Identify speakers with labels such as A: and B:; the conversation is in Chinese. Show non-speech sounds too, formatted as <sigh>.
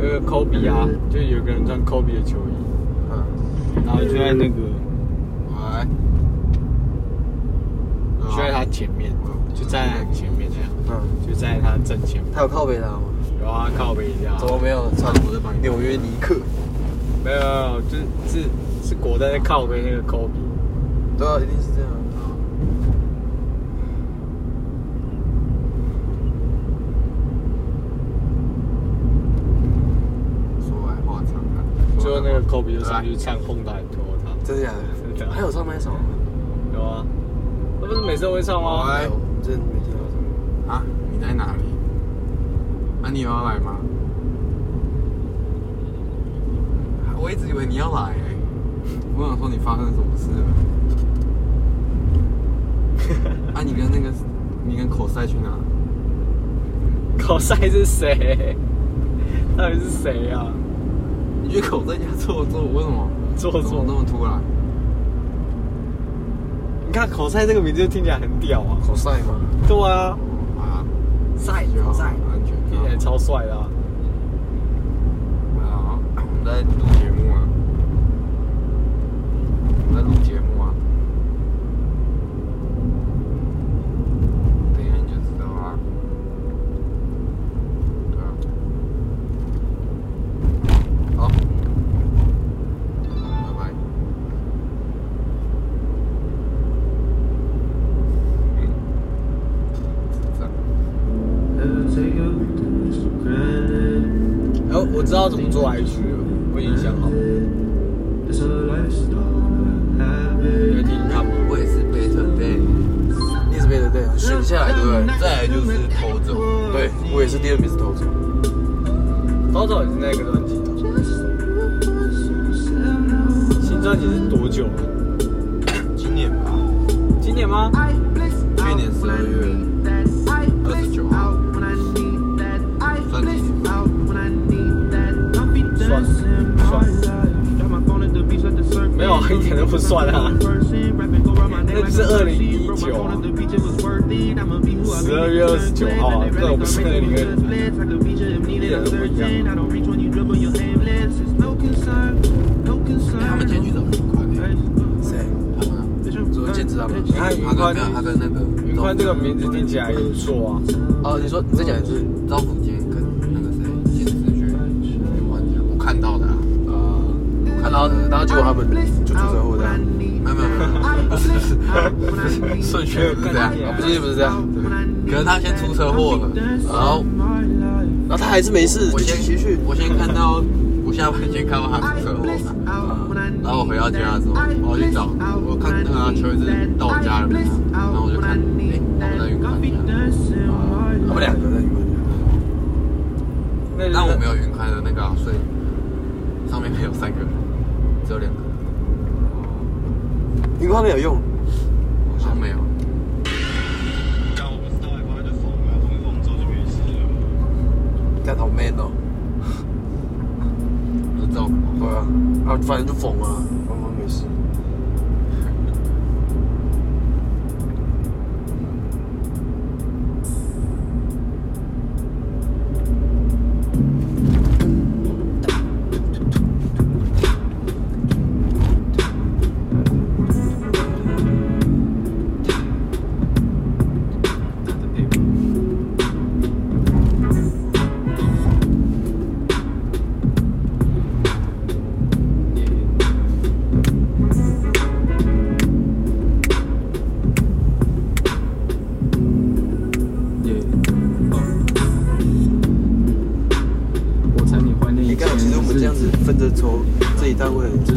A: 有个 Kobe 啊，就有个人穿 Kobe 的球衣，
B: 嗯，
A: 然后就在那个
B: 哎，
A: 就在他前面，就站在他前面那样，
B: 嗯，
A: 就站在他正前面，
B: 他有靠北打吗？
A: 然后他靠背一下，
B: 怎么没有穿纽约尼克？
A: 没有没啊有，就是是是裹在靠背那个 Kobe，
B: 对啊，一定是这样。
C: 说来话长啊，
A: 最后那个 Kobe 就上去唱轰他拖他，
B: 真的假的？
A: 真的
B: 还有上半场吗？
A: 有啊，那不是每次都会唱吗？
C: 哎
B: 没有，真的没听到什么。
C: 啊，你在哪里？啊，你有要来吗？我一直以为你要来、欸，我想说你发生什么事了？啊，你跟那个，你跟口塞去哪？
A: <laughs> 口塞是谁？ <laughs> 到底是谁啊？
C: 你去口塞家坐坐，为什么？
A: 做
C: 怎么
A: 作
C: 那，么突然？
A: 你看口塞这个名字就听起来很屌啊，
B: 口塞吗？
A: 对啊，
C: 啊，
A: 塞
C: 就好，
A: 塞，
C: 安全
A: 听起来
C: 就
A: 超
C: 好。
A: 帅的啊，
C: 啊，我们在录节目啊，我们在录节目啊，等一下你就知道啊，对啊，好，拜拜。嗯，智障
A: 哎，我知道怎么做 IG 了，我已经想好了，你会听听看吗？
C: 我也是 better day，
B: 你是背的对啊，选下来对不对？
C: 再来就是头走，
B: 对，我也是第二名是投手。
A: 早早也是那个专辑的，新专辑是多久了？
C: 今年吧，
A: 今年吗？
C: 去年十二月二十九号。专辑
A: 算算，没有，一点都不算啊。那就是二零一九啊，十二月二十九号啊，这我不是二零二零。
D: 一点都不一样。
C: 他们今天去找云宽的，
B: 谁？
C: 他们啊
B: 昨天见知道吗？
A: 你看云
C: 他
A: 宽
C: 跟，他跟那个
A: 云宽这个名字听起来也不错啊。
B: 哦，你说你再讲一次。
C: 赵福杰跟那个谁简直去云宽家，我看到的啊，
B: 呃，看到，然后结果他们就出车祸这样。
C: 没有没有没有，不是呃不是啊不是，呃顺序不是这样，
B: 啊，不是不是这样，
C: 可能他先出车祸了，然后
B: 然后他还是没事，
C: 我
B: 继
C: 先
B: 续继续。
C: 我先看到我下班先看到他出车祸嘛，呃然后我回到家的时候，我要去找，我看那个啊邱一志到我家了嘛，然后我就看，哎，他们在云宽家，
B: 他们两个在你们
A: 那
C: 但我没
A: 有，
C: 有云宽的那个啊，所以上面没有三个人，只有两个人。
B: 云光没有用，
C: 好像没有。
B: 干好 man 哦。
C: 不知道，
B: 对啊，啊，反正就缝啊，缝缝没事。
E: 我猜你怀念
B: 你
E: 以前
B: 哦看，其实我们这样子分着抽，这一单会很对。